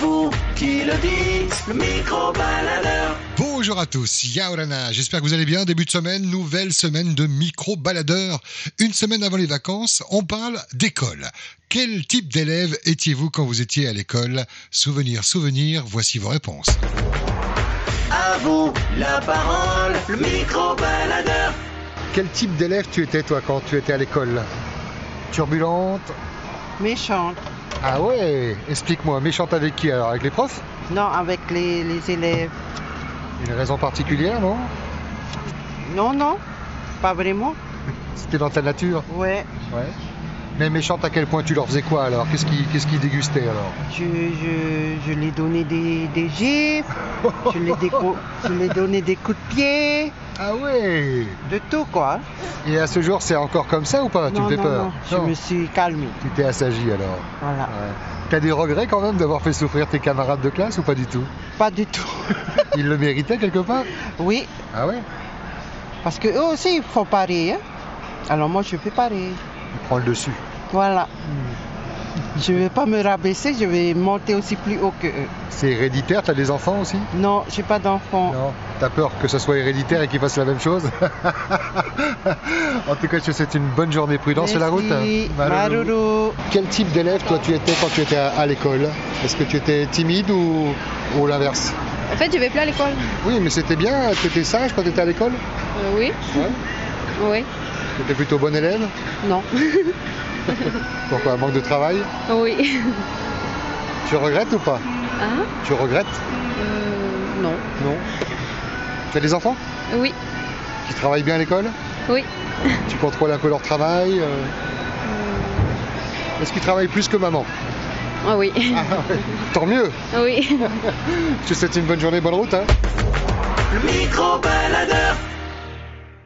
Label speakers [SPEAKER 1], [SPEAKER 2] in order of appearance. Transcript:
[SPEAKER 1] vous qui le dites, le micro-baladeur.
[SPEAKER 2] Bonjour à tous, Yaorana, j'espère que vous allez bien, début de semaine, nouvelle semaine de micro-baladeur. Une semaine avant les vacances, on parle d'école. Quel type d'élève étiez-vous quand vous étiez à l'école Souvenir, souvenir, voici vos réponses.
[SPEAKER 1] À vous la parole, le micro-baladeur.
[SPEAKER 2] Quel type d'élève tu étais toi quand tu étais à l'école Turbulente
[SPEAKER 3] Méchante.
[SPEAKER 2] Ah ouais Explique-moi, méchante avec qui alors Avec les profs
[SPEAKER 3] Non, avec les, les élèves.
[SPEAKER 2] Une raison particulière, non
[SPEAKER 3] Non, non, pas vraiment.
[SPEAKER 2] C'était dans ta nature
[SPEAKER 3] Ouais,
[SPEAKER 2] Ouais. Mais méchante à quel point tu leur faisais quoi alors Qu'est-ce qu'ils qu'est-ce qu'ils dégustaient alors
[SPEAKER 3] je, je, je lui ai donné des, des gifles, je lui ai des coups- je lui ai donné des coups de pied,
[SPEAKER 2] Ah ouais
[SPEAKER 3] de tout quoi.
[SPEAKER 2] Et à ce jour, c'est encore comme ça ou pas Ah, Tu
[SPEAKER 3] non,
[SPEAKER 2] me fais
[SPEAKER 3] non,
[SPEAKER 2] peur Ah.
[SPEAKER 3] non, je me suis Ah. calmée.
[SPEAKER 2] Tu t'es assagi alors
[SPEAKER 3] Voilà,
[SPEAKER 2] Ouais. T'as des regrets quand même d'avoir fait souffrir tes camarades de classe ou pas du tout
[SPEAKER 3] pas du tout.
[SPEAKER 2] Ils le méritaient quelque part
[SPEAKER 3] oui,
[SPEAKER 2] Ah ouais
[SPEAKER 3] parce que eux aussi ils font pareil. hein. Alors moi je fais pareil.
[SPEAKER 2] Tu prends le dessus.
[SPEAKER 3] Voilà.
[SPEAKER 2] Hmm.
[SPEAKER 3] Je vais pas me rabaisser, je vais monter aussi plus haut que eux.
[SPEAKER 2] C'est héréditaire, t'as des enfants aussi
[SPEAKER 3] Non, j'ai pas d'enfant.
[SPEAKER 2] Non. T'as peur que ce soit héréditaire et qu'ils fassent la même chose En tout cas, je te souhaite une bonne journée. Prudence sur la route. hein.
[SPEAKER 3] Merci,
[SPEAKER 2] Malou.
[SPEAKER 3] Maruru.
[SPEAKER 2] Quel type d'élève toi tu étais quand tu étais à, à l'école Est-ce que tu étais timide ou, ou l'inverse
[SPEAKER 4] En fait, je vais plus à l'école.
[SPEAKER 2] Oui, mais c'était bien, t'étais sage quand t'étais à l'école
[SPEAKER 4] Euh, oui,
[SPEAKER 2] Ouais.
[SPEAKER 4] oui,
[SPEAKER 2] T'étais plutôt bon élève
[SPEAKER 4] non,
[SPEAKER 2] Pourquoi Manque de travail
[SPEAKER 4] oui.
[SPEAKER 2] Tu regrettes ou pas
[SPEAKER 4] Hein
[SPEAKER 2] Tu regrettes
[SPEAKER 4] Euh, non.
[SPEAKER 2] Non. T'as des enfants
[SPEAKER 4] Oui,
[SPEAKER 2] qui travaillent bien à l'école
[SPEAKER 4] oui. Euh,
[SPEAKER 2] Tu contrôles un peu leur travail euh, Est-ce qu'ils travaillent plus que maman
[SPEAKER 4] Ah oui,
[SPEAKER 2] Ah, ouais. Tant mieux
[SPEAKER 4] oui.
[SPEAKER 2] Je te souhaite une bonne journée, bonne route hein
[SPEAKER 1] Le micro-baladeur.